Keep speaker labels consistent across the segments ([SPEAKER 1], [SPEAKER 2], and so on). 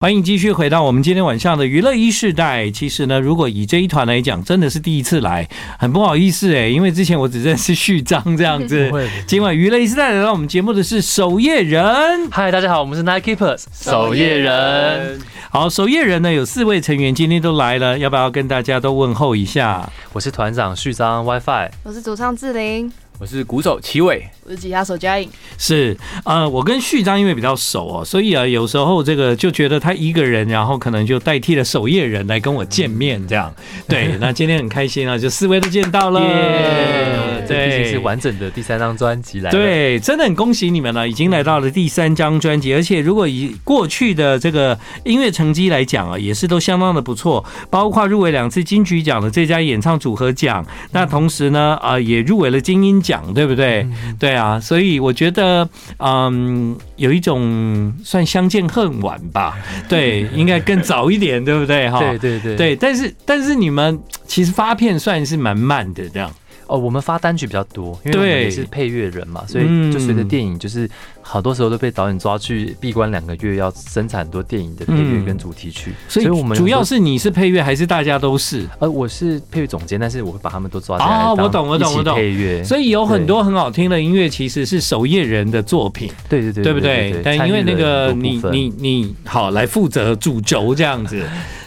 [SPEAKER 1] 欢迎继续回到我们今天晚上的娱乐一世代。其实呢，如果以这一团来讲，真的是第一次来，很不好意思哎、因为之前我只认识序章这样子
[SPEAKER 2] 不。会的
[SPEAKER 1] 今晚娱乐一世代来到我们节目的是守夜人。
[SPEAKER 2] 嗨，大家好，我们是 Night Keepers 守夜人，
[SPEAKER 1] 好，守夜人呢有四位成员今天都来了，要不要跟大家都问候一下？
[SPEAKER 2] 我是团长序章 WiFi，
[SPEAKER 3] 我是主唱志玲，
[SPEAKER 4] 我是鼓手齐伟，
[SPEAKER 3] 我是吉他手嘉颖，
[SPEAKER 1] 是，呃，我跟序章因为比较熟哦，所以啊，有时候这个就觉得他一个人，然后可能就代替了守夜人来跟我见面这样。 对，那今天很开心啊，就四位都见到了。
[SPEAKER 2] 耶！这毕
[SPEAKER 1] 对，
[SPEAKER 2] 竟是完整的第三张专辑来了，
[SPEAKER 1] 对，真的很恭喜你们了，已经来到了第三张专辑，而且如果以过去的这个音乐成绩来讲啊，也是都相当的不错，包括入围两次金曲奖的最佳演唱组合奖，那同时呢，啊、也入围了金鹰奖，对不对？
[SPEAKER 2] 嗯
[SPEAKER 1] 对啊，所以我觉得，嗯，有一种算相见恨晚吧， 对，应该更早一点，对不对？哈，
[SPEAKER 2] 对对对
[SPEAKER 1] 对，但是但是你们其实发片算是蛮慢的，这样。
[SPEAKER 2] 哦，我们发单曲比较多，因为我们
[SPEAKER 1] 对
[SPEAKER 2] 也是配乐人嘛，所以
[SPEAKER 1] 嗯
[SPEAKER 2] 就随着电影，就是好多时候都被导演抓去闭关两个月，要生产很多电影的配乐
[SPEAKER 1] 嗯
[SPEAKER 2] 跟主题曲。
[SPEAKER 1] 所以
[SPEAKER 2] 我们
[SPEAKER 1] 主要
[SPEAKER 2] 有时
[SPEAKER 1] 是你是配乐还是大家都是？
[SPEAKER 2] 候呃，我是配乐总监，但是我会把他们都抓进来
[SPEAKER 1] 哦
[SPEAKER 2] 当
[SPEAKER 1] 我懂我懂
[SPEAKER 2] 一起
[SPEAKER 1] 我懂
[SPEAKER 2] 配乐，
[SPEAKER 1] 所以有很多很好听的音乐，其实是守夜人的作品，
[SPEAKER 2] 对对对，
[SPEAKER 1] 对不对？但因为那个你你你好来负责主轴这样 子，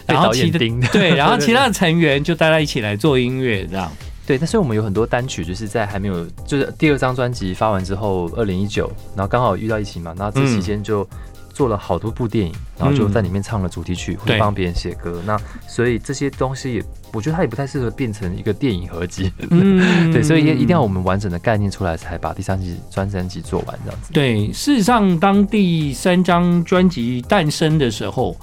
[SPEAKER 2] 被
[SPEAKER 1] 然后
[SPEAKER 2] 导
[SPEAKER 1] 其
[SPEAKER 2] 演
[SPEAKER 1] 他
[SPEAKER 2] 盯的
[SPEAKER 1] 对， 然后其他的成员就大家一起来做音乐这样。
[SPEAKER 2] 对，但是我们有很多单曲，就是在还没有，就是第二张专辑发完之后，二零一九，然后刚好遇到疫情嘛，然后这
[SPEAKER 1] 嗯
[SPEAKER 2] 期间就做了好多部电影，然后就在里面唱了主题曲，或
[SPEAKER 1] 对
[SPEAKER 2] 者帮别人写歌。那所以这些东西也，我觉得它也不太适合变成一个电影合集。
[SPEAKER 1] 嗯
[SPEAKER 2] 对，所以也一定要我们完整的概念出来，才把第三集专专辑做完这样子。
[SPEAKER 1] 对，事实上，当第三张专辑诞生的时候，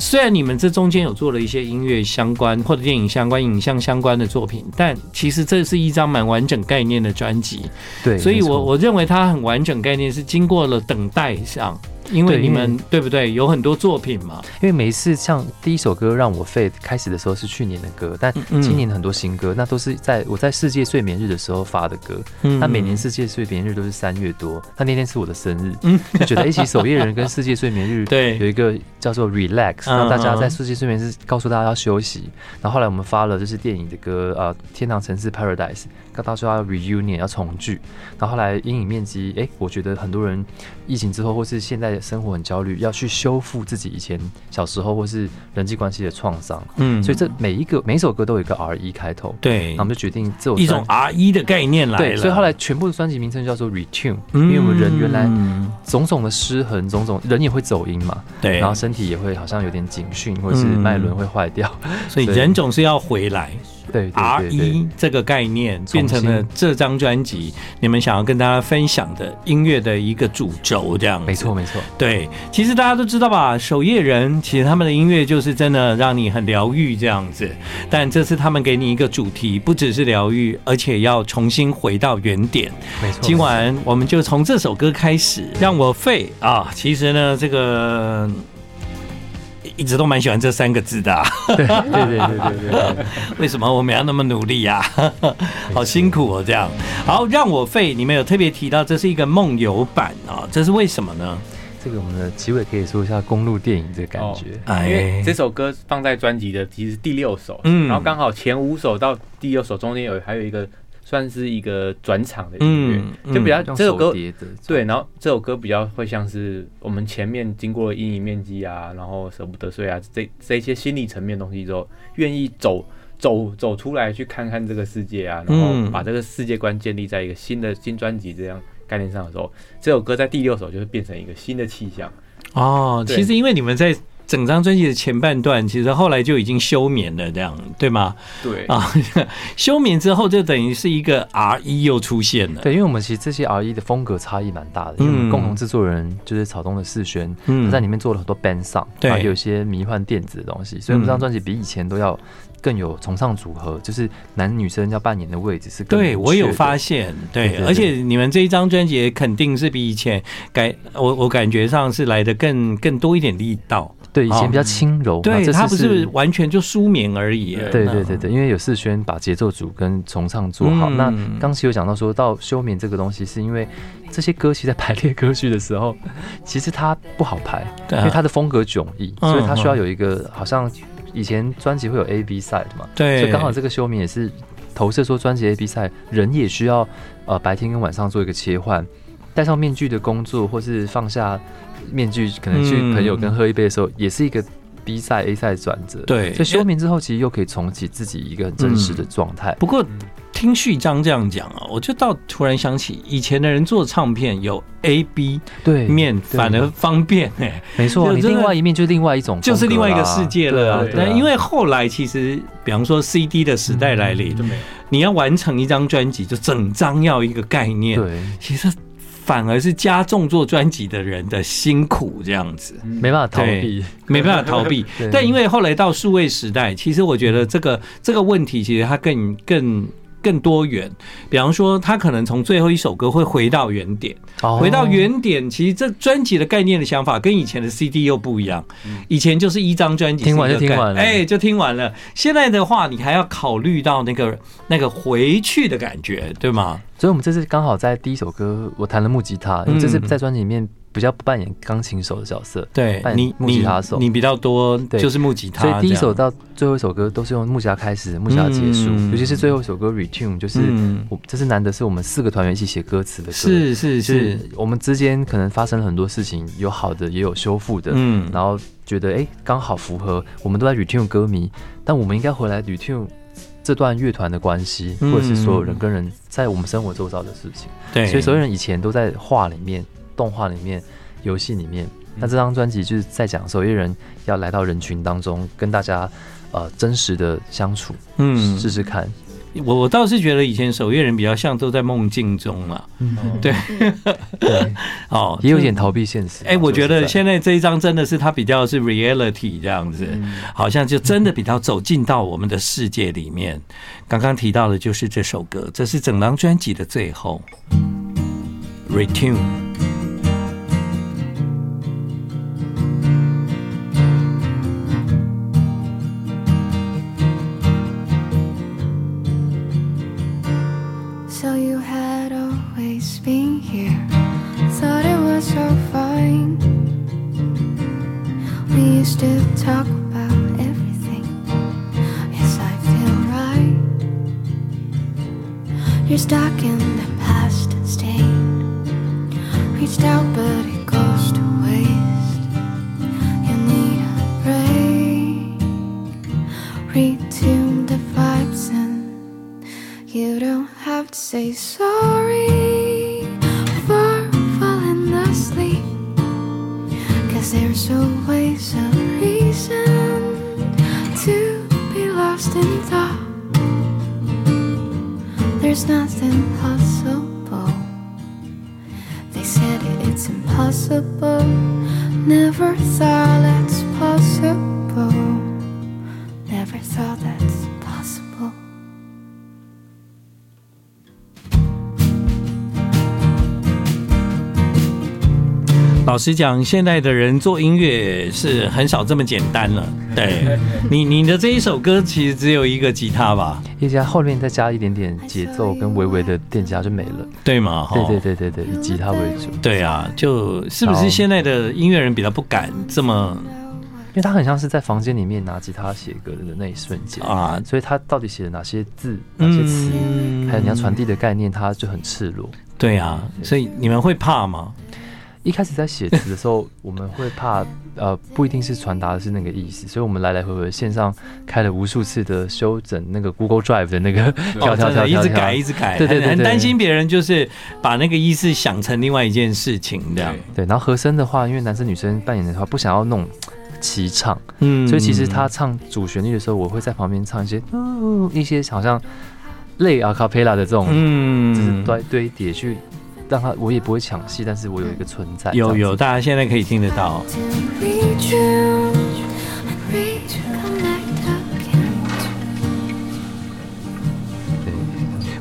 [SPEAKER 1] 虽然你们这中间有做了一些音乐相关或者电影相关、影像相关的作品，但其实这是一张蛮完整概念的专辑，
[SPEAKER 2] 对，
[SPEAKER 1] 所以
[SPEAKER 2] 没错
[SPEAKER 1] 我我认为它很完整概念是经过了等待上，因为
[SPEAKER 2] 对
[SPEAKER 1] 你
[SPEAKER 2] 因
[SPEAKER 1] 们对不对有很多作品嘛，
[SPEAKER 2] 因为每一次像第一首歌让我废开始的时候是去年的歌，但
[SPEAKER 1] 嗯
[SPEAKER 2] 今年的很多新歌，那都是在我在世界睡眠日的时候发的歌。
[SPEAKER 1] 嗯
[SPEAKER 2] 那每年世界睡眠日都是三月多，那那天是我的生日，就觉得一起守夜人跟世界睡眠日
[SPEAKER 1] 嗯 对
[SPEAKER 2] 有一个叫做 relax，
[SPEAKER 1] 嗯
[SPEAKER 2] 让大家在世界睡眠日告诉大家要休息。然后后来我们发了就是电影的歌，呃，《天堂城市 Paradise》，告诉大家要 reunion 要重聚。然后后来阴影面积，诶，我觉得很多人疫情之后或是现在生活很焦虑，要去修复自己以前小时候或是人际关系的创伤。
[SPEAKER 1] 嗯
[SPEAKER 2] 所以这每一个每一首歌都有一个 R 一开头，
[SPEAKER 1] 对
[SPEAKER 2] 那我们就决定这首
[SPEAKER 1] 一
[SPEAKER 2] 专
[SPEAKER 1] 种 R 一的概念来
[SPEAKER 2] 对，
[SPEAKER 1] 了，
[SPEAKER 2] 所以后来全部的专辑名称叫做 Retune，、
[SPEAKER 1] 嗯
[SPEAKER 2] 因为我们人原来种种的失衡，种种人也会走音嘛，
[SPEAKER 1] 对，
[SPEAKER 2] 然后身体也会好像有点警讯，或者是
[SPEAKER 1] 嗯
[SPEAKER 2] 脉轮会坏掉，
[SPEAKER 1] 所以
[SPEAKER 2] 对
[SPEAKER 1] 人总是要回来。
[SPEAKER 2] 对对
[SPEAKER 1] R E
[SPEAKER 2] 对对。
[SPEAKER 1] 一这个概念变
[SPEAKER 2] 重新
[SPEAKER 1] 成了这张专辑，你们想要跟大家分享的音乐的一个主轴，这样子
[SPEAKER 2] 没错，，没错，
[SPEAKER 1] 对，其实大家都知道吧，守夜人其实他们的音乐就是真的让你很疗愈这样子，但这次他们给你一个主题，不只是疗愈，而且要重新回到原点。
[SPEAKER 2] 没错。
[SPEAKER 1] 今晚我们就从这首歌开始，让我废啊！其实呢，这个一直都蛮喜欢这三个字的、啊。
[SPEAKER 2] 对对对对对对，
[SPEAKER 1] 为什么我们要那么努力呀、好辛苦哦，这样。好，让我废。你们有特别提到这是一个梦游版啊、这是为什么呢？
[SPEAKER 2] 这个我们的结尾可以说一下公路电影的感觉。
[SPEAKER 1] 哎
[SPEAKER 4] 因为这首歌放在专辑的其实是第六首，
[SPEAKER 1] 嗯
[SPEAKER 4] 然后刚好前五首到第六首中间有还有一个算是一个转场的音乐，
[SPEAKER 1] 嗯嗯
[SPEAKER 4] 就比较
[SPEAKER 2] 用
[SPEAKER 4] 这首
[SPEAKER 2] 手
[SPEAKER 4] 歌
[SPEAKER 2] 叠的，
[SPEAKER 4] 对，然后这首歌比较会像是我们前面经过了阴影面积啊，然后舍不得睡啊，这这一些心理层面的东西之后，愿意走走走出来去看看这个世界啊，然
[SPEAKER 1] 嗯
[SPEAKER 4] 后把这个世界观建立在一个新的新专辑这样概念上的时候，这首歌在第六首就是变成一个新的气象。
[SPEAKER 1] 哦，
[SPEAKER 4] 对
[SPEAKER 1] 其实因为你们在整张专辑的前半段，其实后来就已经休眠了，这样对吗？
[SPEAKER 4] 对
[SPEAKER 1] 啊，休眠之后就等于是一个 R 一又出现了。
[SPEAKER 2] 对，因为我们其实这些 R E 的风格差异蛮大的，因为
[SPEAKER 1] 嗯
[SPEAKER 2] 我们共同制作人就是草东的世轩，
[SPEAKER 1] 嗯
[SPEAKER 2] 他在里面做了很多 band song，
[SPEAKER 1] 对嗯
[SPEAKER 2] 然后有一些迷幻电子的东西，所以我们这张专辑比以前都要更有崇尚组合，就是男女生要扮演的位置是更
[SPEAKER 1] 对，我有发
[SPEAKER 2] 现，
[SPEAKER 1] 现，对，
[SPEAKER 2] 对对对
[SPEAKER 1] 而且你们这一张专辑肯定是比以前感我我感觉上是来的更更多一点力道，
[SPEAKER 2] 对以前
[SPEAKER 1] 哦
[SPEAKER 2] 比较轻柔，然后
[SPEAKER 1] 对，
[SPEAKER 2] 这次
[SPEAKER 1] 它不是啊完全就舒眠而已，
[SPEAKER 4] 对
[SPEAKER 2] 对对对对，因为有世轩把节奏组跟重唱做好。
[SPEAKER 1] 嗯
[SPEAKER 2] 那刚其实有讲到说到休眠这个东西，是因为这些歌其实在排列歌曲的时候，其实它不好排，
[SPEAKER 1] 对啊
[SPEAKER 2] 因为它的风格迥异，
[SPEAKER 1] 嗯
[SPEAKER 2] 所以它需要有一个好像以前专辑会有 A B side 嘛，
[SPEAKER 1] 对，
[SPEAKER 2] 所以刚好这个休眠也是投射说专辑 A B side 人也需要呃白天跟晚上做一个切换，戴上面具的工作或是放下面具，可能去
[SPEAKER 1] 嗯
[SPEAKER 2] 朋友跟喝一杯的时候，也是一个 B side A side 转折。
[SPEAKER 1] 对
[SPEAKER 2] 所以休眠之后，其实又可以重启自己一个很真实的状态。
[SPEAKER 1] 不
[SPEAKER 4] 嗯
[SPEAKER 1] 过听序章这样讲啊，我就倒突然想起以前的人做唱片有 A B
[SPEAKER 2] 对，
[SPEAKER 1] 面，
[SPEAKER 2] 对
[SPEAKER 1] 反而方便哎、
[SPEAKER 2] 没错啊，
[SPEAKER 1] 就
[SPEAKER 2] 你
[SPEAKER 1] 真的
[SPEAKER 2] 另外一面就是另外一种风格
[SPEAKER 1] 就
[SPEAKER 2] 啦，
[SPEAKER 1] 是另外一个世界了啊。
[SPEAKER 4] 对啊
[SPEAKER 1] 那
[SPEAKER 2] 对啊
[SPEAKER 1] 因为后来其实，比方说 CD 的时代来临，
[SPEAKER 4] 嗯就没
[SPEAKER 1] 你要完成一张专辑，就整张要一个概念。
[SPEAKER 2] 对。
[SPEAKER 1] 其实反而是加重做专辑的人的辛苦，这样子
[SPEAKER 2] 没办法逃
[SPEAKER 1] 对
[SPEAKER 2] 避，。
[SPEAKER 1] 没办法逃避
[SPEAKER 2] 对嗯
[SPEAKER 1] 但因为后来到数位时代，其实我觉得这个这个问题其实它更更。更多元，比方说，他可能从最后一首歌会回到原点，
[SPEAKER 2] 哦
[SPEAKER 1] 回到原点。其实这专辑的概念的想法跟以前的 CD 又不一样，以前就是一张专辑
[SPEAKER 2] 嗯听完就听完了
[SPEAKER 1] 哎、就听完了。现在的话，你还要考虑到那个那个回去的感觉，对吗？
[SPEAKER 2] 所以我们这次刚好在第一首歌，我弹了木吉他，因为这
[SPEAKER 1] 嗯
[SPEAKER 2] 次在专辑里面比较不扮演钢琴手的角色，
[SPEAKER 1] 对
[SPEAKER 2] 扮
[SPEAKER 1] 你
[SPEAKER 2] 演木吉他手
[SPEAKER 1] 你，你比较多
[SPEAKER 2] 对
[SPEAKER 1] 就是木吉他这
[SPEAKER 2] 所
[SPEAKER 1] 样，
[SPEAKER 2] 以第一首到最后一首歌都是用木吉他开始，木吉他结束，
[SPEAKER 1] 嗯
[SPEAKER 2] 尤其是最后一首歌 Retune，就是
[SPEAKER 1] 嗯
[SPEAKER 2] 我这是难得是我们四个团员一起写歌词的歌，
[SPEAKER 1] 是是
[SPEAKER 2] 是
[SPEAKER 1] 是，
[SPEAKER 2] 我们之间可能发生了很多事情，有好的也有修复的，
[SPEAKER 1] 嗯
[SPEAKER 2] 然后觉得哎刚好符合，我们都在 Retune 歌迷，但我们应该回来 Retune。这段乐团的关系，
[SPEAKER 1] 嗯
[SPEAKER 2] 或者是所有人跟人在我们生活周遭的事情，
[SPEAKER 1] 对，
[SPEAKER 2] 所以所有人以前都在画里面、动画里面、游戏里面。
[SPEAKER 1] 嗯
[SPEAKER 2] 那这张专辑就是在讲首页人要来到人群当中，跟大家呃真实的相处，
[SPEAKER 1] 嗯
[SPEAKER 2] 试试看。
[SPEAKER 1] 我我倒是觉得以前守夜人比较像都在梦境中了，对
[SPEAKER 2] 对，
[SPEAKER 1] 哦，
[SPEAKER 2] 也有点
[SPEAKER 1] 就。
[SPEAKER 2] 逃避现实。
[SPEAKER 1] 哎、我觉
[SPEAKER 2] 说
[SPEAKER 1] 得
[SPEAKER 2] 实在
[SPEAKER 1] 现在这一张真的是它比较是 reality 这样子，
[SPEAKER 2] 嗯
[SPEAKER 1] 好像就真的比较走进到我们的世界里面。刚刚提到的就是这首歌，这是整张专辑的最后，Retune。
[SPEAKER 5] So you had always been here. Thought it was so fine. We used to talk about everything. Yes, I feel right. You're stuck in the past state. Reached out, but it goes to waste. You need a break. Retune the vibes and you don't have to say sorry for falling asleep. Cause there's always a reason to be lost in thought. There's nothing possible. They said it's impossible. Never thought that's possible. Never thought that's possible.
[SPEAKER 1] 老实讲，现在的人做音乐是很少这么简单了。 对你，你的这一首歌其实只有一个吉他吧，
[SPEAKER 2] 叶家后面再加一点点节奏跟微微的电家就没了。
[SPEAKER 1] 对吗？哈
[SPEAKER 2] 对对对对对，以吉他为主，
[SPEAKER 1] 对啊，就是不是现在的音乐人比较不敢这么
[SPEAKER 2] 因为他很像是在房间里面拿吉他写歌的那一瞬间，
[SPEAKER 1] 啊？
[SPEAKER 2] 所以他到底写了哪些字、哪些词，
[SPEAKER 1] 嗯
[SPEAKER 2] 还有你要传递的概念，他就很赤裸。
[SPEAKER 1] 对啊，所以你们会怕吗？
[SPEAKER 2] 一开始在写词的时候，我们会怕，呃，不一定是传达的是那个意思，所以我们来来回回线上开了无数次的修整那个 Google Drive 的那个 跳跳
[SPEAKER 1] 哦真
[SPEAKER 2] 跳
[SPEAKER 1] 的一
[SPEAKER 2] 跳
[SPEAKER 1] 直
[SPEAKER 2] 跳
[SPEAKER 1] 改，一直改，
[SPEAKER 2] 对对对
[SPEAKER 1] 很很
[SPEAKER 2] 对
[SPEAKER 1] 担心别人就是把那个意思想成另外一件事情这样。
[SPEAKER 2] 对，然后和声的话，因为男生女生扮演的话，不想要弄齐唱，
[SPEAKER 1] 嗯
[SPEAKER 2] 所以其实他唱主旋律的时候，我会在旁边唱一些嗯一些好像类阿卡贝拉的这种，
[SPEAKER 1] 嗯
[SPEAKER 2] 就是堆堆叠去让他，我也不会抢戏，但是我有一个存在。
[SPEAKER 1] 嗯有
[SPEAKER 2] 这样
[SPEAKER 1] 有，
[SPEAKER 2] 子，
[SPEAKER 1] 大家现在可以听得到。
[SPEAKER 5] To reach you and reconnect again.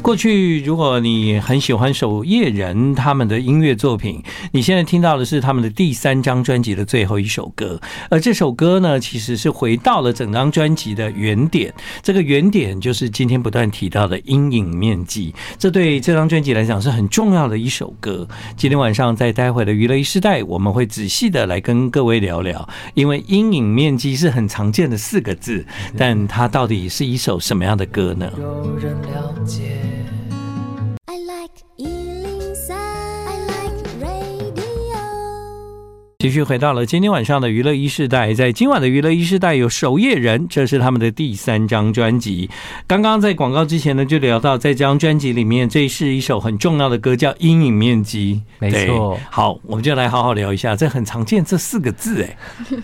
[SPEAKER 1] 过去如果你很喜欢守夜人他们的音乐作品，你现在听到的是他们的第三张专辑的最后一首歌，而这首歌呢，其实是回到了整张专辑的原点。这个原点就是今天不断提到的阴影面积，这对这张专辑来讲是很重要的一首歌。今天晚上在待会的娱乐一时代，我们会仔细的来跟各位聊聊，因为阴影面积是很常见的四个字，但它到底是一首什么样的歌呢？
[SPEAKER 2] 有人了解。
[SPEAKER 5] I like Ealing Sound. I like radio.
[SPEAKER 1] 继续回到了今天晚上的娱乐一世代，在今晚的娱乐一世代有守夜人，这是他们的第三张专辑。刚刚在广告之前呢，就聊到在这张专辑里面，这是一首很重要的歌，叫《阴影面积》。
[SPEAKER 2] 没
[SPEAKER 1] 对
[SPEAKER 2] 错
[SPEAKER 1] 好，我们就来好好聊一下，这很常见这四个字，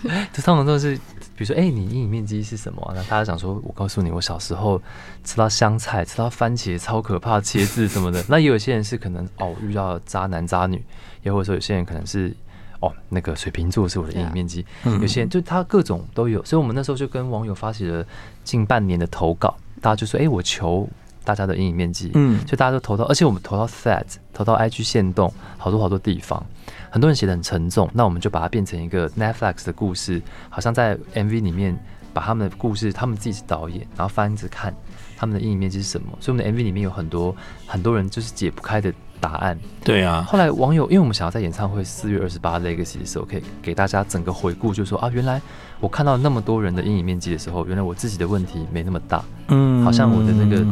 [SPEAKER 1] 哎，
[SPEAKER 2] 这通常都是，比如说，哎、你阴影面积是什么、啊？那大家想说，我告诉你，我小时候吃到香菜，吃到番茄，超可怕，茄子什么的。那也有些人是可能哦，遇到渣男渣女，也或者说有些人可能是。哦，那个水瓶座是我的阴影面积，有些人就他各种都有，所以我们那时候就跟网友发起了近半年的投稿，大家就说，哎、我求大家的阴影面积，
[SPEAKER 1] 嗯
[SPEAKER 2] 所以大家都投到，而且我们投到 Thread，投到 IG 线动，好多好多地方，很多人写的很沉重，那我们就把它变成一个 Netflix 的故事，好像在 MV 里面把他们的故事，他们自己是导演，然后翻着看他们的阴影面积是什么，所以我们的 MV 里面有很多很多人就是解不开的答案。
[SPEAKER 1] 对啊，
[SPEAKER 2] 后来网友，因为我们想要在演唱会四月二十八 Legacy 的时候，可以给大家整个回顾，就说啊，原来我看到那么多人的阴影面积的时候，原来我自己的问题没那么大，
[SPEAKER 1] 嗯
[SPEAKER 2] 好像我的那个，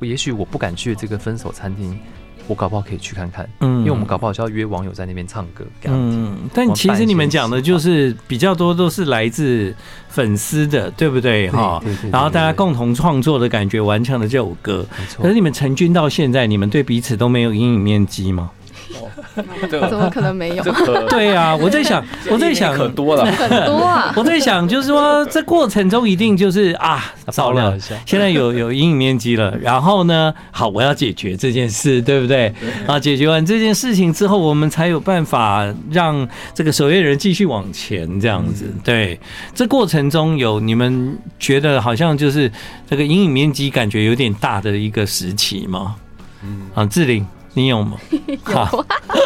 [SPEAKER 2] 也许我不敢去这个分手餐厅，我搞不好可以去看看，
[SPEAKER 1] 嗯
[SPEAKER 2] 因为我们搞不好就要约网友在那边唱歌给他们听。
[SPEAKER 1] 嗯，但其实你们讲的就是比较多都是来自粉丝的，对不对？哈
[SPEAKER 2] 对对对，
[SPEAKER 1] 然后大家
[SPEAKER 2] 对对
[SPEAKER 1] 共同创作的感觉完成了这首歌。
[SPEAKER 2] 没
[SPEAKER 1] 可
[SPEAKER 2] 错
[SPEAKER 1] 是，你们成军到现在，你们对彼此都没有阴影面积吗？
[SPEAKER 4] 这
[SPEAKER 3] 怎么可能 没有
[SPEAKER 4] 这？可
[SPEAKER 1] 对啊，我在想，我在想，
[SPEAKER 4] 可 多了。
[SPEAKER 3] 很多啊，
[SPEAKER 1] 我在想，就是说这过程中一定就是啊，糟
[SPEAKER 2] 爆料
[SPEAKER 1] 了
[SPEAKER 2] 一下，
[SPEAKER 1] 现在 有有阴影面积了。然后呢，好，我要解决这件事，对不对？啊，解决完这件事情之后，我们才有办法让这个守夜人继续往前，这样子。
[SPEAKER 2] 嗯
[SPEAKER 1] 对，这过程中有你们觉得好像就是这个阴影面积感觉有点大的一个时期吗？
[SPEAKER 4] 嗯
[SPEAKER 1] 啊，志玲，你有吗？好，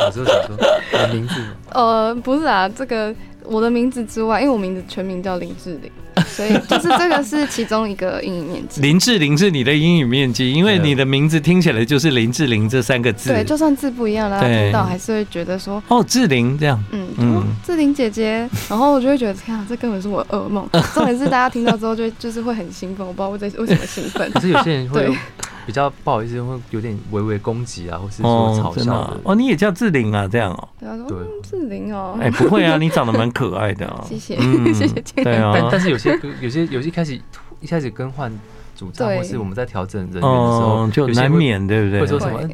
[SPEAKER 2] 小时候想说，我的名字
[SPEAKER 3] 呃，不是啊，这个我的名字之外，因为我名字全名叫林志玲，所以就是这个是其中一个阴影面积。
[SPEAKER 1] 林志玲是你的阴影面积，因为
[SPEAKER 2] 对啊
[SPEAKER 1] 你的名字听起来就是林志玲这三个字。
[SPEAKER 3] 对，就算字不一样，大家
[SPEAKER 1] 对
[SPEAKER 3] 听到还是会觉得说，
[SPEAKER 1] 哦，志玲这样，
[SPEAKER 3] 嗯，
[SPEAKER 1] 嗯
[SPEAKER 3] 哦志玲姐姐，然后我就会觉得，天啊，这根本是我的噩梦。重点是大家听到之后就就是会很兴奋，我不知道为这为什么兴奋
[SPEAKER 2] 可。是有些人会
[SPEAKER 3] 对
[SPEAKER 2] 有比较不好意思，会有点微微攻击啊，或是说嘲
[SPEAKER 1] 真的
[SPEAKER 2] 笑
[SPEAKER 1] 啊
[SPEAKER 2] 的。
[SPEAKER 1] 哦，你也叫志玲啊，这样哦，
[SPEAKER 3] 对啊，说
[SPEAKER 2] 对
[SPEAKER 3] 嗯志玲哦，
[SPEAKER 1] 哎，不 会啊，你长得蛮可爱的啊，
[SPEAKER 3] 谢谢
[SPEAKER 1] 嗯
[SPEAKER 3] 谢谢建议
[SPEAKER 1] 对啊
[SPEAKER 2] 但，但是有些有些有些开始一开始更换主唱，
[SPEAKER 3] 对
[SPEAKER 2] 或是我们在调整人员的时候
[SPEAKER 1] 哦，，就
[SPEAKER 2] 有些人
[SPEAKER 1] 难
[SPEAKER 2] 会
[SPEAKER 1] 免对不对？
[SPEAKER 2] 会说
[SPEAKER 3] 会
[SPEAKER 2] 什么？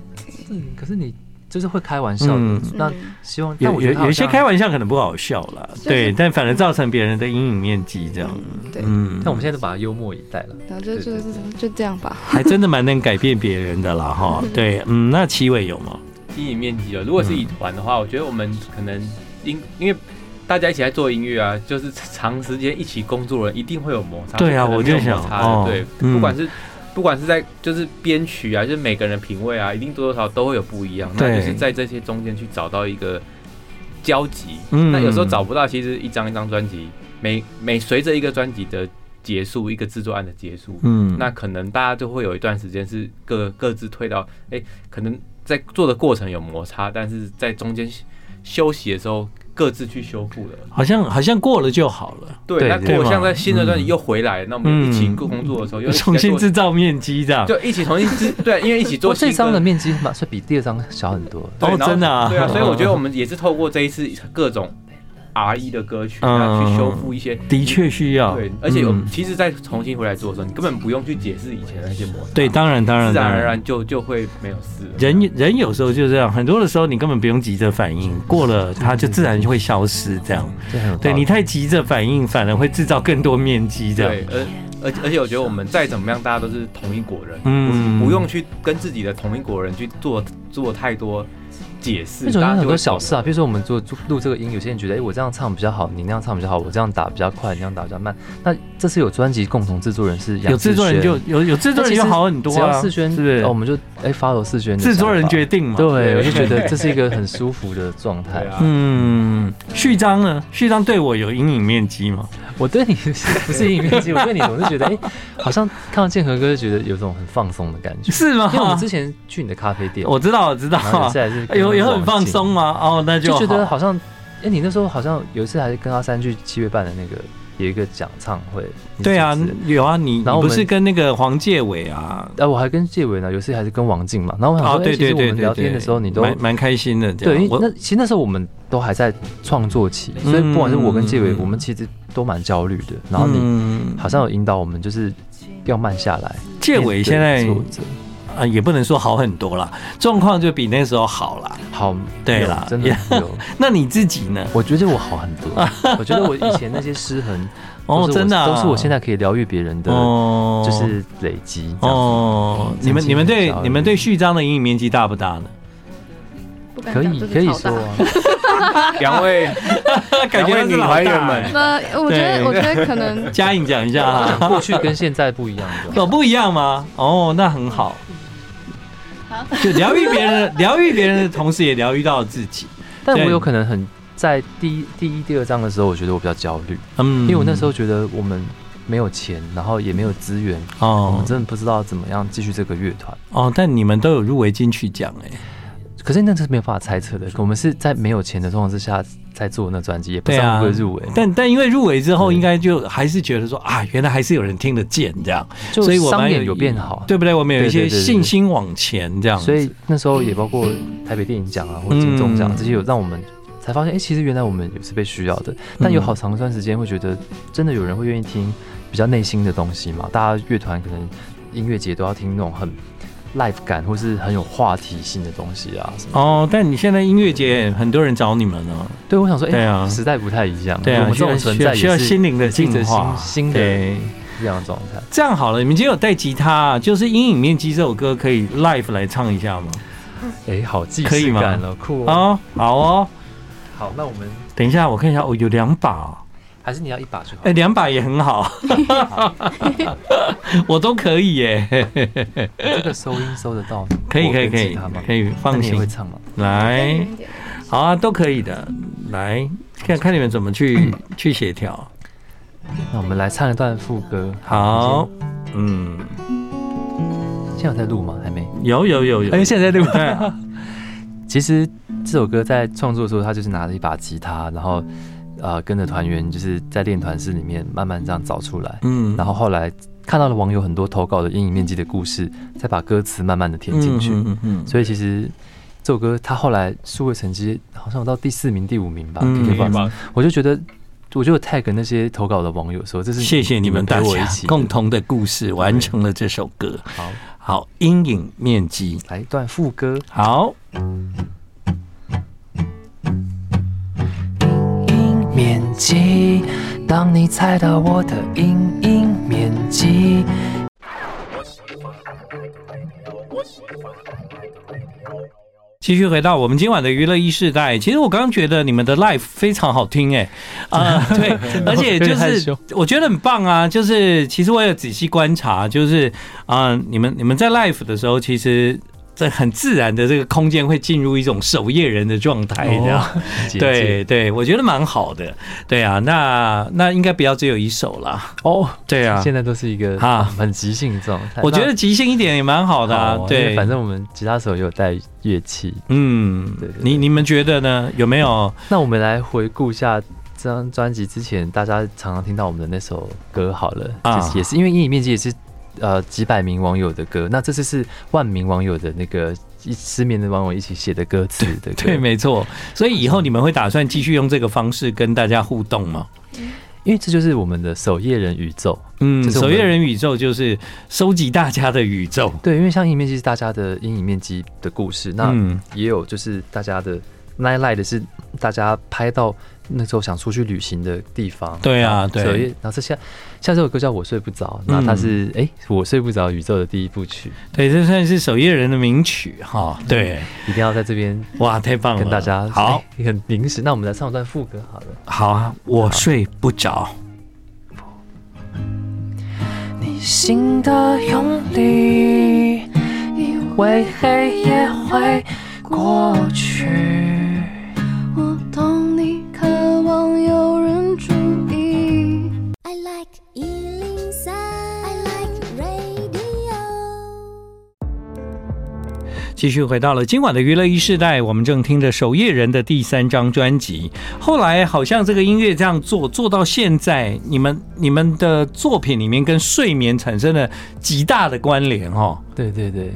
[SPEAKER 2] 嗯，可是你就是会开玩笑的
[SPEAKER 1] 嗯。
[SPEAKER 2] 那
[SPEAKER 3] 嗯
[SPEAKER 2] 希望，但
[SPEAKER 1] 有
[SPEAKER 2] 我觉
[SPEAKER 1] 有
[SPEAKER 2] 得他好
[SPEAKER 1] 有一些
[SPEAKER 2] 像
[SPEAKER 1] 开，玩笑可能不好笑啦，
[SPEAKER 3] 是
[SPEAKER 1] 对，但反而造成别人的阴影面积这样，
[SPEAKER 3] 对，
[SPEAKER 1] 嗯，
[SPEAKER 2] 但我们现在都把它幽默以待了。
[SPEAKER 3] 然后就就
[SPEAKER 2] 对
[SPEAKER 3] 是就这样吧。
[SPEAKER 1] 还真的蛮能改变别人的 啦哈，对，嗯，那七尾有吗？
[SPEAKER 4] 阴影面积哦。如果是
[SPEAKER 1] 嗯
[SPEAKER 4] 以团的话，我觉得我们可能因因为大家一起来做音乐啊，就是长时间一起工作的人一定会有摩擦。
[SPEAKER 1] 对啊
[SPEAKER 4] 可能
[SPEAKER 1] 我就
[SPEAKER 4] 没有
[SPEAKER 1] 想
[SPEAKER 4] 摩擦的
[SPEAKER 1] 哦
[SPEAKER 4] 对，
[SPEAKER 1] 嗯
[SPEAKER 4] 不管是。不管是在就是编曲啊，就是每个人品味啊，一定多多少少都会有不一样。那
[SPEAKER 1] 对
[SPEAKER 4] 就是在这些中间去找到一个交集。
[SPEAKER 1] 嗯
[SPEAKER 4] 那有时候找不到，其实一张一张专辑，每每随着一个专辑的结束，一个制作案的结束，
[SPEAKER 1] 嗯
[SPEAKER 4] 那可能大家就会有一段时间是各各自退到，哎、可能在做的过程有摩擦，但是在中间休休息的时候各自去修复了。
[SPEAKER 1] 好像好像过了就好了，
[SPEAKER 4] 对，
[SPEAKER 2] 对
[SPEAKER 4] 那
[SPEAKER 1] 对
[SPEAKER 4] 我
[SPEAKER 1] 嘛嗯
[SPEAKER 4] 像在新的专辑又回来，那我们一起工作的时候又一起在做
[SPEAKER 1] 重新哦制造面积这样，
[SPEAKER 4] 就一起重新制， 对，因为一起
[SPEAKER 2] 我
[SPEAKER 4] 做
[SPEAKER 2] 这
[SPEAKER 4] 新
[SPEAKER 2] 张的
[SPEAKER 4] 歌。
[SPEAKER 2] 面积嘛，是比第二张小很多。
[SPEAKER 4] 对
[SPEAKER 1] 哦
[SPEAKER 4] 然后
[SPEAKER 1] 真的啊
[SPEAKER 4] 对啊，所以我觉得我们也是透过这一次各种 R E 的歌曲，
[SPEAKER 1] 嗯
[SPEAKER 4] 那去修复一些，
[SPEAKER 1] 的确需要。
[SPEAKER 4] 对，而且有
[SPEAKER 1] 嗯
[SPEAKER 4] 其实再重新回来做的时候，你根本不用去解释以前那些摩擦，
[SPEAKER 1] 对，当然当然
[SPEAKER 4] 自然
[SPEAKER 1] 当
[SPEAKER 4] 而然就就会没有事了。
[SPEAKER 1] 人人有时候就这样，很多的时候你根本不用急着反应，过了它就自然就会消失。这样，
[SPEAKER 2] 这很有
[SPEAKER 1] 对
[SPEAKER 2] 道理
[SPEAKER 1] 你太急着反应，反而会制造更多面积。这样，
[SPEAKER 4] 对，而而而且我觉得我们再怎么样，大家都是同一国人，
[SPEAKER 1] 嗯
[SPEAKER 4] 不不用去跟自己的同一国人去做做太多解释，
[SPEAKER 2] 那种
[SPEAKER 4] 大
[SPEAKER 2] 有
[SPEAKER 4] 家
[SPEAKER 2] 很
[SPEAKER 4] 就会
[SPEAKER 2] 多小事啊，
[SPEAKER 4] 懂
[SPEAKER 2] 比如说我们做做录这个音，有些人觉得，哎、我这样唱比较好，你那样唱比较好，我这样打比较快，你那样打比较慢。那这次有专辑共同制作人是杨
[SPEAKER 1] 有制作人
[SPEAKER 2] 世轩
[SPEAKER 1] 就有有制作人就好很多
[SPEAKER 2] 只要
[SPEAKER 1] 啊，
[SPEAKER 2] 世轩
[SPEAKER 1] 是不是
[SPEAKER 2] 哦我们就哎、发 follow 世轩的
[SPEAKER 1] 制作人
[SPEAKER 2] 想法
[SPEAKER 1] 决定嘛。
[SPEAKER 2] 对，我就觉得这是一个很舒服的状态
[SPEAKER 4] 对。啊，
[SPEAKER 1] 嗯，序章呢？序章对我有阴影面积 吗？
[SPEAKER 2] 我对你不是影面积，我对你总是觉得，哎、好像看到建和哥就觉得有种很放松的感 觉。
[SPEAKER 1] 是吗
[SPEAKER 2] 因为我们之前去你的咖啡店，
[SPEAKER 1] 我知道，我知道哎
[SPEAKER 2] 然后有，次还是 跟
[SPEAKER 1] 有有很
[SPEAKER 2] 王
[SPEAKER 1] 放
[SPEAKER 2] 静
[SPEAKER 1] 松吗？哦，那
[SPEAKER 2] 就
[SPEAKER 1] 好
[SPEAKER 2] 觉得好像，哎、你那时候好像有一次还是跟阿三去七月半的那个有一个讲唱会，你是
[SPEAKER 1] 对啊
[SPEAKER 2] 主持人，
[SPEAKER 1] 有啊，你
[SPEAKER 2] 然
[SPEAKER 1] 你
[SPEAKER 2] 后
[SPEAKER 1] 不
[SPEAKER 2] 我们
[SPEAKER 1] 是跟那个黄介伟啊？
[SPEAKER 2] 哎、我还跟介伟呢，有一次还是跟王静嘛，然后我想
[SPEAKER 1] 哦，
[SPEAKER 2] 说，哎
[SPEAKER 1] 对对
[SPEAKER 2] 其实我
[SPEAKER 1] 对
[SPEAKER 2] 们
[SPEAKER 1] 对，
[SPEAKER 2] 聊天的
[SPEAKER 1] 对
[SPEAKER 2] 时候你都。
[SPEAKER 1] 蛮蛮开心的，这
[SPEAKER 2] 对，
[SPEAKER 1] 样嗯
[SPEAKER 2] 因为那其实那时候我们都还在创作期，所以不管是我跟介伟，我们其实都蛮焦虑的。然后你
[SPEAKER 1] 嗯
[SPEAKER 2] 好像有引导我们，就是要慢下来。
[SPEAKER 1] 介伟现在
[SPEAKER 2] 面对挫折
[SPEAKER 1] 啊，也不能说好很多啦，状况就比那时候好啦。
[SPEAKER 2] 好，
[SPEAKER 1] 对
[SPEAKER 2] 有
[SPEAKER 1] 啦
[SPEAKER 2] 真的有。
[SPEAKER 1] 那你自己呢？
[SPEAKER 2] 我觉得我好很 多，我觉得我以前那些失衡，
[SPEAKER 1] 哦
[SPEAKER 2] 都是我
[SPEAKER 1] 真的啊
[SPEAKER 2] 都是我现在可以疗愈别人的
[SPEAKER 1] 哦
[SPEAKER 2] 就是累积这样子。
[SPEAKER 1] 哦，你
[SPEAKER 2] 曾
[SPEAKER 1] 们
[SPEAKER 2] 经
[SPEAKER 1] 你们
[SPEAKER 2] 很
[SPEAKER 1] 对
[SPEAKER 2] 焦虑
[SPEAKER 1] 你们对序章的阴影面积大不大呢？
[SPEAKER 3] 不敢
[SPEAKER 2] 可
[SPEAKER 3] 讲
[SPEAKER 2] 以
[SPEAKER 3] 这
[SPEAKER 2] 可
[SPEAKER 3] 是
[SPEAKER 2] 以
[SPEAKER 3] 超
[SPEAKER 2] 说
[SPEAKER 3] 大。
[SPEAKER 2] 啊，
[SPEAKER 4] 两位
[SPEAKER 1] 感觉
[SPEAKER 4] 两位
[SPEAKER 1] 是
[SPEAKER 4] 女
[SPEAKER 1] 老
[SPEAKER 4] 团
[SPEAKER 1] 大
[SPEAKER 4] 员们
[SPEAKER 1] 欸。
[SPEAKER 3] 那我觉
[SPEAKER 1] 对
[SPEAKER 3] 得，我觉得可 能
[SPEAKER 1] 嘉颖讲一下 啊，
[SPEAKER 2] 过去跟现在不一 样的。
[SPEAKER 1] 有不一样吗？哦，那很好。就疗愈别人，疗愈别人的同时，也疗愈到自己。
[SPEAKER 2] 但
[SPEAKER 1] 对
[SPEAKER 2] 我有可能很在第一、第一、第二章的时候，我觉得我比较焦虑，
[SPEAKER 1] 嗯，
[SPEAKER 2] 因为我那时候觉得我们没有钱，然后也没有资源，我
[SPEAKER 1] 哦
[SPEAKER 2] 们真的不知道怎么样继续这个乐团。
[SPEAKER 1] 哦，但你们都有入围金曲奖哎、
[SPEAKER 2] 可是那是没有办法猜测
[SPEAKER 1] 嗯
[SPEAKER 2] 的，我们是在没有钱的状况之下在做那专辑，也不知
[SPEAKER 1] 对
[SPEAKER 2] 道
[SPEAKER 1] 啊，
[SPEAKER 2] 会不会入围。
[SPEAKER 1] 但但因为入围之后，
[SPEAKER 2] 对
[SPEAKER 1] 应该就还是觉得说啊，原来还是有人听得见这样，
[SPEAKER 2] 就
[SPEAKER 1] 所以我
[SPEAKER 2] 商
[SPEAKER 1] 们
[SPEAKER 2] 演有变好，
[SPEAKER 1] 对不对？我们有一
[SPEAKER 2] 对对
[SPEAKER 1] 些
[SPEAKER 2] 对对对
[SPEAKER 1] 信心往前这样子。
[SPEAKER 2] 所以那时候也包括台北电影奖啊，或者金钟奖
[SPEAKER 1] 嗯
[SPEAKER 2] 这些，有让我们才发现，哎、其实原来我们也是被需要的。
[SPEAKER 1] 嗯
[SPEAKER 2] 但有好长一段时间会觉得，真的有人会愿意听比较内心的东西嘛？大家乐团可能音乐节都要听那种很 live 感，或是很有话题性的东西啊什么。
[SPEAKER 1] 哦，但你现在音乐节很多人找你们呢，
[SPEAKER 2] 对，我想说，哎、
[SPEAKER 1] 对啊
[SPEAKER 2] 时代不太一样，
[SPEAKER 1] 对啊，
[SPEAKER 2] 我们这种
[SPEAKER 1] 需要
[SPEAKER 2] 存在
[SPEAKER 1] 需要需要
[SPEAKER 2] 也是
[SPEAKER 1] 心灵的
[SPEAKER 2] 记
[SPEAKER 1] 净
[SPEAKER 2] 得
[SPEAKER 1] 化，
[SPEAKER 2] 新新的
[SPEAKER 1] 对
[SPEAKER 2] 不一样的状态。
[SPEAKER 1] 这样好了，你们今天有带吉他、就是《阴影面积》这首歌可以 live 来唱一下吗？
[SPEAKER 2] 哎、好即
[SPEAKER 1] 可以
[SPEAKER 2] 视
[SPEAKER 1] 吗
[SPEAKER 2] 感了，酷
[SPEAKER 1] 啊、
[SPEAKER 2] 哦。
[SPEAKER 1] 好哦，
[SPEAKER 2] 好，那我们
[SPEAKER 1] 等一下我看一下，哦，有两把、哦，
[SPEAKER 2] 还是你要一把就好。
[SPEAKER 1] 哎、两把也很 好，我都可以耶，
[SPEAKER 2] 这个收音收得到吗？
[SPEAKER 1] 可以可以可以
[SPEAKER 2] 他吗？
[SPEAKER 1] 可以
[SPEAKER 2] 那
[SPEAKER 1] 放
[SPEAKER 2] 你也
[SPEAKER 1] 心
[SPEAKER 2] 会，唱吗？
[SPEAKER 1] 来，好啊，都可以的，来看看你们怎么去去协调，
[SPEAKER 2] 那我们来唱一段副歌。
[SPEAKER 1] 好，嗯，
[SPEAKER 2] 现在有在录吗？还没。
[SPEAKER 1] 有有有有，
[SPEAKER 2] 哎，现在在录。
[SPEAKER 1] 对 啊
[SPEAKER 2] 其实这首歌在创作的时候，他就是拿着一把吉他，然后呃跟着团员就是在练团室里面慢慢这样找出来。
[SPEAKER 1] 嗯，
[SPEAKER 2] 然后后来看到了网友很多投稿的阴影面积的故事，再把歌词慢慢的填进去。
[SPEAKER 1] 嗯嗯嗯嗯
[SPEAKER 2] 所以其实这首歌它后来数位成绩好像有到第四名、第五名吧，
[SPEAKER 1] 嗯
[SPEAKER 2] KK
[SPEAKER 1] 可以
[SPEAKER 2] Box 我就觉得，我就有 tag 那些投稿的网友说，这是
[SPEAKER 1] 谢谢你们大
[SPEAKER 2] 陪我一
[SPEAKER 1] 家
[SPEAKER 2] 起的
[SPEAKER 1] 共同的故事，完成了这首歌。
[SPEAKER 2] 好，
[SPEAKER 1] 好，阴影面积。
[SPEAKER 2] 来一段副歌。
[SPEAKER 1] 好，
[SPEAKER 2] 阴影面积。当你猜到我的阴影面积，
[SPEAKER 1] 继续回到我们今晚的娱乐一世代。其实我刚刚觉得你们的 l i f e 非常好听哎、 啊、对，而且
[SPEAKER 2] 有
[SPEAKER 1] 就
[SPEAKER 2] 点害
[SPEAKER 1] 是
[SPEAKER 2] 羞
[SPEAKER 1] 我觉得很棒啊。就是其实我有仔细观察，就是啊、你们你们在 l i f e 的时候，其实。这很自然的，这个空间会进入一种守夜人的状态，
[SPEAKER 2] 哦
[SPEAKER 1] 这样。对对，我觉得蛮好的。对啊，那那应该不要只有一首啦。
[SPEAKER 2] 哦，
[SPEAKER 1] 对啊，
[SPEAKER 2] 现在都是一个
[SPEAKER 1] 啊
[SPEAKER 2] 啊很即兴的状态。
[SPEAKER 1] 我觉得即兴一点也蛮好
[SPEAKER 2] 那
[SPEAKER 1] 的、啊
[SPEAKER 2] 好啊因为
[SPEAKER 1] 对，
[SPEAKER 2] 反正我们吉他手也有带乐器。
[SPEAKER 1] 嗯，
[SPEAKER 2] 对对对
[SPEAKER 1] 你你们觉得呢？有没有？
[SPEAKER 2] 那我们来回顾一下这张专辑之前大家常常听到我们的那首歌好了，
[SPEAKER 1] 啊
[SPEAKER 2] 就是也是因为阴影面积也是。呃，几百名网友的歌，那这次是万名网友的那个一失眠的网友一起写的歌词的歌。
[SPEAKER 1] 对，没错。所以以后你们会打算继续用这个方式跟大家互动吗？
[SPEAKER 2] 因为这就是我们的守夜人宇宙。
[SPEAKER 1] 嗯，
[SPEAKER 2] 这是我
[SPEAKER 1] 守
[SPEAKER 2] 们
[SPEAKER 1] 夜人宇宙就是收集大家的宇宙。
[SPEAKER 2] 对，因为像阴影面积是大家的阴影面积的故事，那
[SPEAKER 1] 嗯
[SPEAKER 2] 也有就是大家的 night light 是大家拍到那时候想出去旅行的地方。
[SPEAKER 1] 对啊
[SPEAKER 2] 然后
[SPEAKER 1] 对嗯
[SPEAKER 2] 所以然后这下下这首歌叫我睡不着，那它是哎、诶我睡不着宇宙的第一部曲，
[SPEAKER 1] 对，这算是守夜人的名曲哈。对，
[SPEAKER 2] 一定要在这边
[SPEAKER 1] 哇，太棒了！
[SPEAKER 2] 跟大家
[SPEAKER 1] 嗯好，
[SPEAKER 2] 诶很临时。那我们来唱一段副歌好了。
[SPEAKER 1] 好啊，我睡不着。
[SPEAKER 5] 你心的用力，以为黑夜会过去。我懂你渴望有人注意。
[SPEAKER 6] I like Ealing Sound. I like radio.
[SPEAKER 1] 继续回到了今晚的娱乐一世代，我们正听着守夜人的第三张专辑。后来好像这个音乐这样做做到现在，你们你们的作品里面跟睡眠产生了极大的关联哦。
[SPEAKER 2] 对 对对，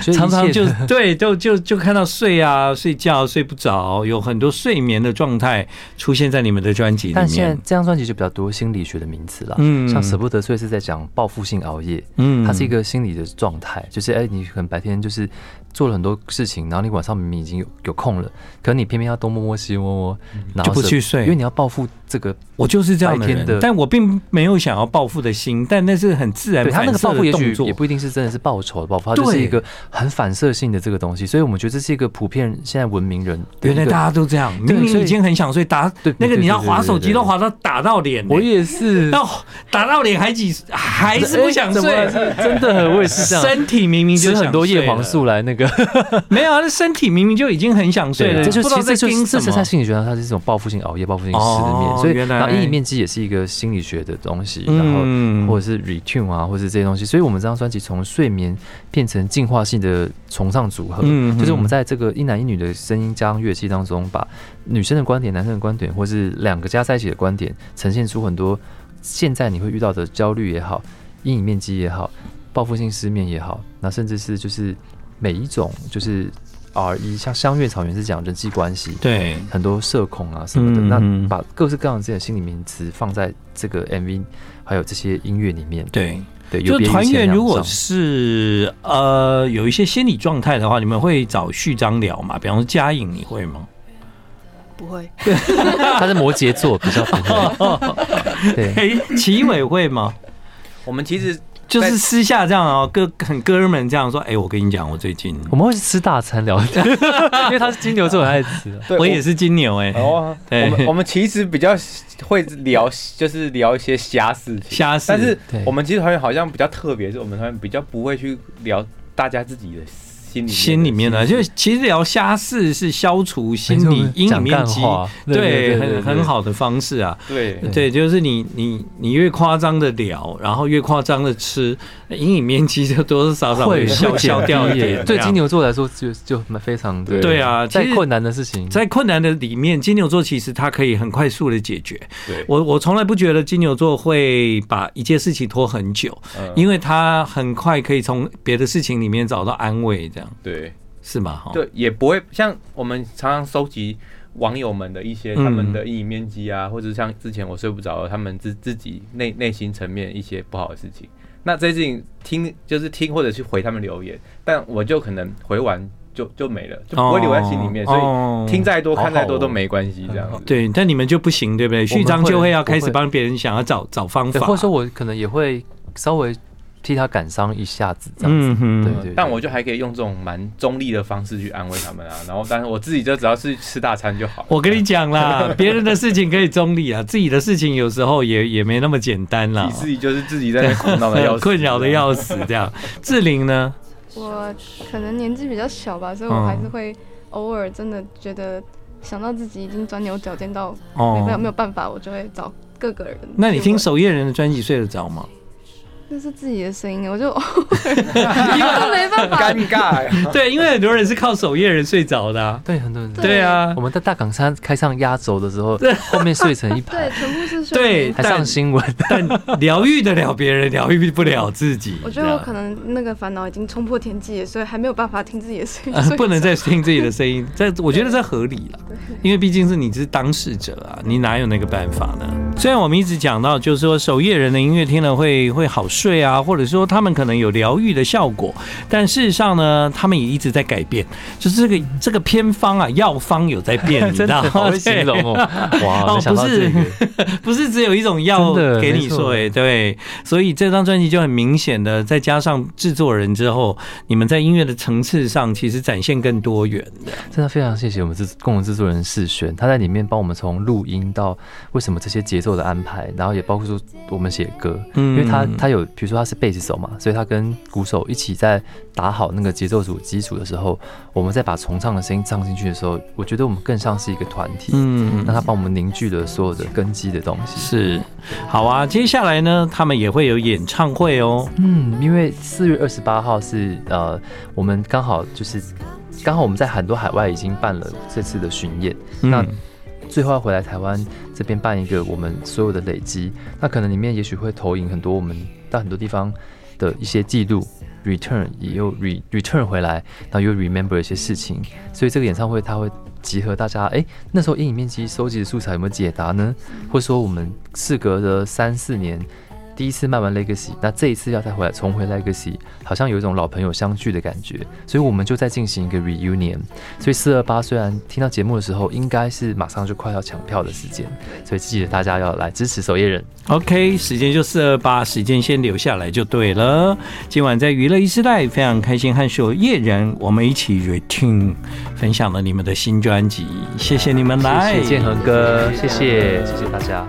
[SPEAKER 2] 所以一切
[SPEAKER 1] 常常 就 对，就就就看到睡啊、睡觉、睡不着，有很多睡眠的状态出现在你们的专辑
[SPEAKER 2] 但
[SPEAKER 1] 里
[SPEAKER 2] 现在
[SPEAKER 1] 面。
[SPEAKER 2] 这张专辑就比较多心理学的名词啦，
[SPEAKER 1] 嗯
[SPEAKER 2] 像舍不得睡是在讲报复性熬夜，
[SPEAKER 1] 嗯
[SPEAKER 2] 它是一个心理的状态，就是哎、你可能白天就是做了很多事情，然后你晚上明明已经有有空了，可你偏偏要东摸摸西摸摸，
[SPEAKER 1] 嗯
[SPEAKER 2] 然后
[SPEAKER 1] 就不
[SPEAKER 2] 舍
[SPEAKER 1] 去睡
[SPEAKER 2] 因为你要报复这个，
[SPEAKER 1] 我就是这样的
[SPEAKER 2] 白天
[SPEAKER 1] 人，
[SPEAKER 2] 的
[SPEAKER 1] 但我并没有想要报复的心，但那是很自然
[SPEAKER 2] 对他那
[SPEAKER 1] 哎反
[SPEAKER 2] 个
[SPEAKER 1] 射
[SPEAKER 2] 报复
[SPEAKER 1] 的
[SPEAKER 2] 也
[SPEAKER 1] 动
[SPEAKER 2] 许
[SPEAKER 1] 作
[SPEAKER 2] 也。不一定是真的是报仇的报复，它就是
[SPEAKER 1] 对
[SPEAKER 2] 一个很反射性的这个东西，所以我们觉得这是一个普遍现在文明人的一
[SPEAKER 1] 原
[SPEAKER 2] 个
[SPEAKER 1] 来大家都这样，
[SPEAKER 2] 对
[SPEAKER 1] 明明
[SPEAKER 2] 所以
[SPEAKER 1] 已经很想睡，打
[SPEAKER 2] 对
[SPEAKER 1] 那个你要
[SPEAKER 2] 对对对
[SPEAKER 1] 滑手机
[SPEAKER 2] 对对
[SPEAKER 1] 都滑到打到脸、欸
[SPEAKER 2] 我也是，
[SPEAKER 1] 到打到脸还几还是不想睡，
[SPEAKER 2] 哎怎么了真的很我也是这样，
[SPEAKER 1] 身体明明就
[SPEAKER 2] 吃
[SPEAKER 1] 想
[SPEAKER 2] 很多叶黄素来那个。
[SPEAKER 1] 睡了，没有啊，那身体明明就已经很想睡了，
[SPEAKER 2] 这就
[SPEAKER 1] 不知
[SPEAKER 2] 其
[SPEAKER 1] 道
[SPEAKER 2] 实
[SPEAKER 1] 在
[SPEAKER 2] 这就
[SPEAKER 1] 盯
[SPEAKER 2] 是这
[SPEAKER 1] 什
[SPEAKER 2] 是他
[SPEAKER 1] 么。
[SPEAKER 2] 心理学上，它是一种报复性熬夜、报复性失
[SPEAKER 1] 哦
[SPEAKER 2] 眠，所以
[SPEAKER 1] 原来
[SPEAKER 2] 然后阴影面积也是一个心理学的东西，然后
[SPEAKER 1] 嗯
[SPEAKER 2] 或者是 retune 啊，或者是这些东西，所以我们这张专辑从睡眠变成进化性的崇尚组合，
[SPEAKER 1] 嗯
[SPEAKER 2] 就是我们在这个一男一女的声音加上乐器当中，把女生的观点、男生的观点，或是两个加在一起的观点，呈现出很多现在你会遇到的焦虑也好、阴影面积也好、报复性失眠也好，那甚至是就是每一种就是 R 一，像香月草原是讲人际关系，
[SPEAKER 1] 对，
[SPEAKER 2] 很多社恐啊什么的，
[SPEAKER 1] 嗯嗯
[SPEAKER 2] 那把各式各样的这些心理名词放在这个 MV 还有这些音乐里面，
[SPEAKER 1] 对，
[SPEAKER 2] 对，嗯有
[SPEAKER 1] 就
[SPEAKER 2] 别于
[SPEAKER 1] 团
[SPEAKER 2] 前
[SPEAKER 1] 员
[SPEAKER 2] 两
[SPEAKER 1] 如果
[SPEAKER 2] 张
[SPEAKER 1] 是呃有一些心理状态的话，你们会找序章聊嘛？比方说嘉颖，你会吗？
[SPEAKER 3] 不会，
[SPEAKER 2] 他是摩羯座，比较不 会，对。
[SPEAKER 1] 哎、齐伟会吗？
[SPEAKER 4] 我们其实
[SPEAKER 1] 就是私下这样哦，哥很哥们这样说，哎、我跟你讲，我最近
[SPEAKER 2] 我们会去吃大餐聊 天，因为他是金牛座，很爱吃啊。
[SPEAKER 4] 对
[SPEAKER 1] 我也是金牛哎、
[SPEAKER 4] 哦，我
[SPEAKER 1] 对
[SPEAKER 4] 们我们其实比较会聊，就是聊一些瞎事情。
[SPEAKER 1] 瞎事
[SPEAKER 4] 但是
[SPEAKER 2] 对
[SPEAKER 4] 我们其实团员好像比较特别，是我们团员比较不会去聊大家自己的心里面的
[SPEAKER 1] 心里面呢，就其实聊瞎事是消除心理阴影面积
[SPEAKER 2] 讲干话，对
[SPEAKER 1] 对，
[SPEAKER 2] 对对对
[SPEAKER 1] 很
[SPEAKER 2] 对
[SPEAKER 1] 很好的方式啊。
[SPEAKER 4] 对
[SPEAKER 1] 对，就是你你你越夸张的聊，然后越夸张的吃，阴影面积就多多少少
[SPEAKER 2] 会
[SPEAKER 1] 消
[SPEAKER 2] 会
[SPEAKER 1] 消
[SPEAKER 2] 减
[SPEAKER 1] 掉
[SPEAKER 2] 低
[SPEAKER 1] 一点。
[SPEAKER 2] 对
[SPEAKER 1] 这样
[SPEAKER 2] 金牛座来说就就蛮非常的
[SPEAKER 1] 对啊其
[SPEAKER 2] 在
[SPEAKER 1] 实
[SPEAKER 2] 困难的事情，
[SPEAKER 1] 在困难的里面，金牛座其实它可以很快速的解决。
[SPEAKER 4] 对
[SPEAKER 1] 我我从来不觉得金牛座会把一件事情拖很久，
[SPEAKER 4] 嗯
[SPEAKER 1] 因为他很快可以从别的事情里面找到安慰，这样
[SPEAKER 4] 对
[SPEAKER 1] 是吗？
[SPEAKER 2] 哦
[SPEAKER 1] 哈，
[SPEAKER 4] 对，也不会像我们常常收集网友们的一些
[SPEAKER 1] 嗯
[SPEAKER 4] 他们的阴影面积
[SPEAKER 2] 嗯
[SPEAKER 4] 啊，或者像之前我睡不着，他们自自己内内心层面一些不好的事情。那这些事情听就是听或者去回他们留言，但我就可能回完就就没了，就不会留在心里面，
[SPEAKER 1] 哦
[SPEAKER 4] 所以听再多
[SPEAKER 2] 好好
[SPEAKER 4] 看再多
[SPEAKER 2] 哦
[SPEAKER 4] 都没关系这样子。
[SPEAKER 1] 对，但你们就不行，对不对？序章就会要开始帮别人想要找找方
[SPEAKER 2] 对，
[SPEAKER 1] 法，
[SPEAKER 2] 或者说我可能也会稍微替他感伤一下子这样子。
[SPEAKER 1] 嗯哼，
[SPEAKER 2] 对
[SPEAKER 4] 嗯但我就还可以用这种蛮中立的方式去安慰他 们啊。然后，但是我自己就只要是吃大餐就好。
[SPEAKER 1] 我跟你讲 啦，别人的事情可以中立啊，自己的事情有时候也也没那么简单啦
[SPEAKER 4] 你，自己就是自己在那边苦恼的要 死，
[SPEAKER 1] 困扰的要死。这样，志玲呢？
[SPEAKER 3] 我可能年纪比较小吧，
[SPEAKER 1] 嗯
[SPEAKER 3] 所以我还是会偶尔真的觉得想到自己已经钻牛角尖到没有没有
[SPEAKER 1] 哦，
[SPEAKER 3] 办法，我就会找各个人。
[SPEAKER 1] 那你听守夜人的专辑睡得着吗？
[SPEAKER 3] 那是自己的声音，我就都没办 法
[SPEAKER 4] 尴。尬呀。
[SPEAKER 1] 对，因为很多人是靠守夜人睡着的、啊。
[SPEAKER 2] 对，很多人
[SPEAKER 3] 对
[SPEAKER 1] 对啊
[SPEAKER 2] 我，们在大港山开上压轴的 时候，后面睡成一
[SPEAKER 3] 对，
[SPEAKER 2] 排，
[SPEAKER 3] 全部是睡
[SPEAKER 1] 对
[SPEAKER 3] 眠
[SPEAKER 2] 还上新闻。
[SPEAKER 1] 但 疗愈得了别人，疗愈不了自己。
[SPEAKER 3] 我觉得我
[SPEAKER 1] 这
[SPEAKER 3] 可
[SPEAKER 1] 样
[SPEAKER 3] 能那个烦恼已经冲破天际了，所以还没有办法听自己的声音，所以
[SPEAKER 1] 呃 不能再听自己的声 音，这我觉得这合理了，因为毕竟是你是当事者啊，你哪有那个办法呢？虽然我们一直讲到，就是说守夜人的音乐听了会会好睡啊，或者说他们可能有疗愈的效果，但事实上呢，他们也一直在改变，就是这个这个偏方啊，药方有在变，你知
[SPEAKER 2] 真
[SPEAKER 1] 道
[SPEAKER 2] 的
[SPEAKER 1] 吗？
[SPEAKER 2] 好会形容哦！哇，
[SPEAKER 1] 哦
[SPEAKER 2] 没想到这个
[SPEAKER 1] 不，不是只有一种药
[SPEAKER 2] 真的
[SPEAKER 1] 给你
[SPEAKER 2] 没错
[SPEAKER 1] 说、欸，哎，对，所以这张专辑就很明显的，再加上制作人之后，你们在音乐的层次上其实展现更多元的。
[SPEAKER 2] 真的非常谢谢我们制共同制作人世轩，他在里面帮我们从录音到为什么这些节奏的安排，然后也包括说我们写歌，
[SPEAKER 1] 嗯
[SPEAKER 2] 因为他他有比如说他是贝斯手嘛，所以他跟鼓手一起在打好那个节奏组基础的时候，我们再把重唱的声音唱进去的时候，我觉得我们更像是一个团体。
[SPEAKER 1] 嗯
[SPEAKER 2] 那他帮我们凝聚了所有的根基的东西。
[SPEAKER 1] 是好啊，接下来呢，他们也会有演唱会哦。
[SPEAKER 2] 嗯，因为四月二十八号是呃，我们刚好就是刚好我们在很多海外已经办了这次的巡演，那
[SPEAKER 1] 嗯
[SPEAKER 2] 最后要回来台湾这边办一个我们所有的累积，那可能里面也许会投影很多我们到很多地方的一些记录。return 也又 re return 回来，然后又 remember 一些事情，所以这个演唱会它会集合大家，哎、那时候阴影面积收集的素材有没有解答呢？或者说我们事隔了三四年，第一次卖完 legacy，那这一次要再回来重回 legacy，好像有一种老朋友相聚的感觉，所以我们就在进行一个 reunion。所以四二八虽然听到节目的时候，应该是马上就快要抢票的时间，所以记得大家要来支持守夜人。
[SPEAKER 1] OK，时间就四二八，时间先留下来就对了。今晚在娱乐一时代，非常开心和所有夜人我们一起 return 分享了你们的新专辑，谢谢你们来，
[SPEAKER 2] 谢谢建恒哥，谢谢谢谢大家。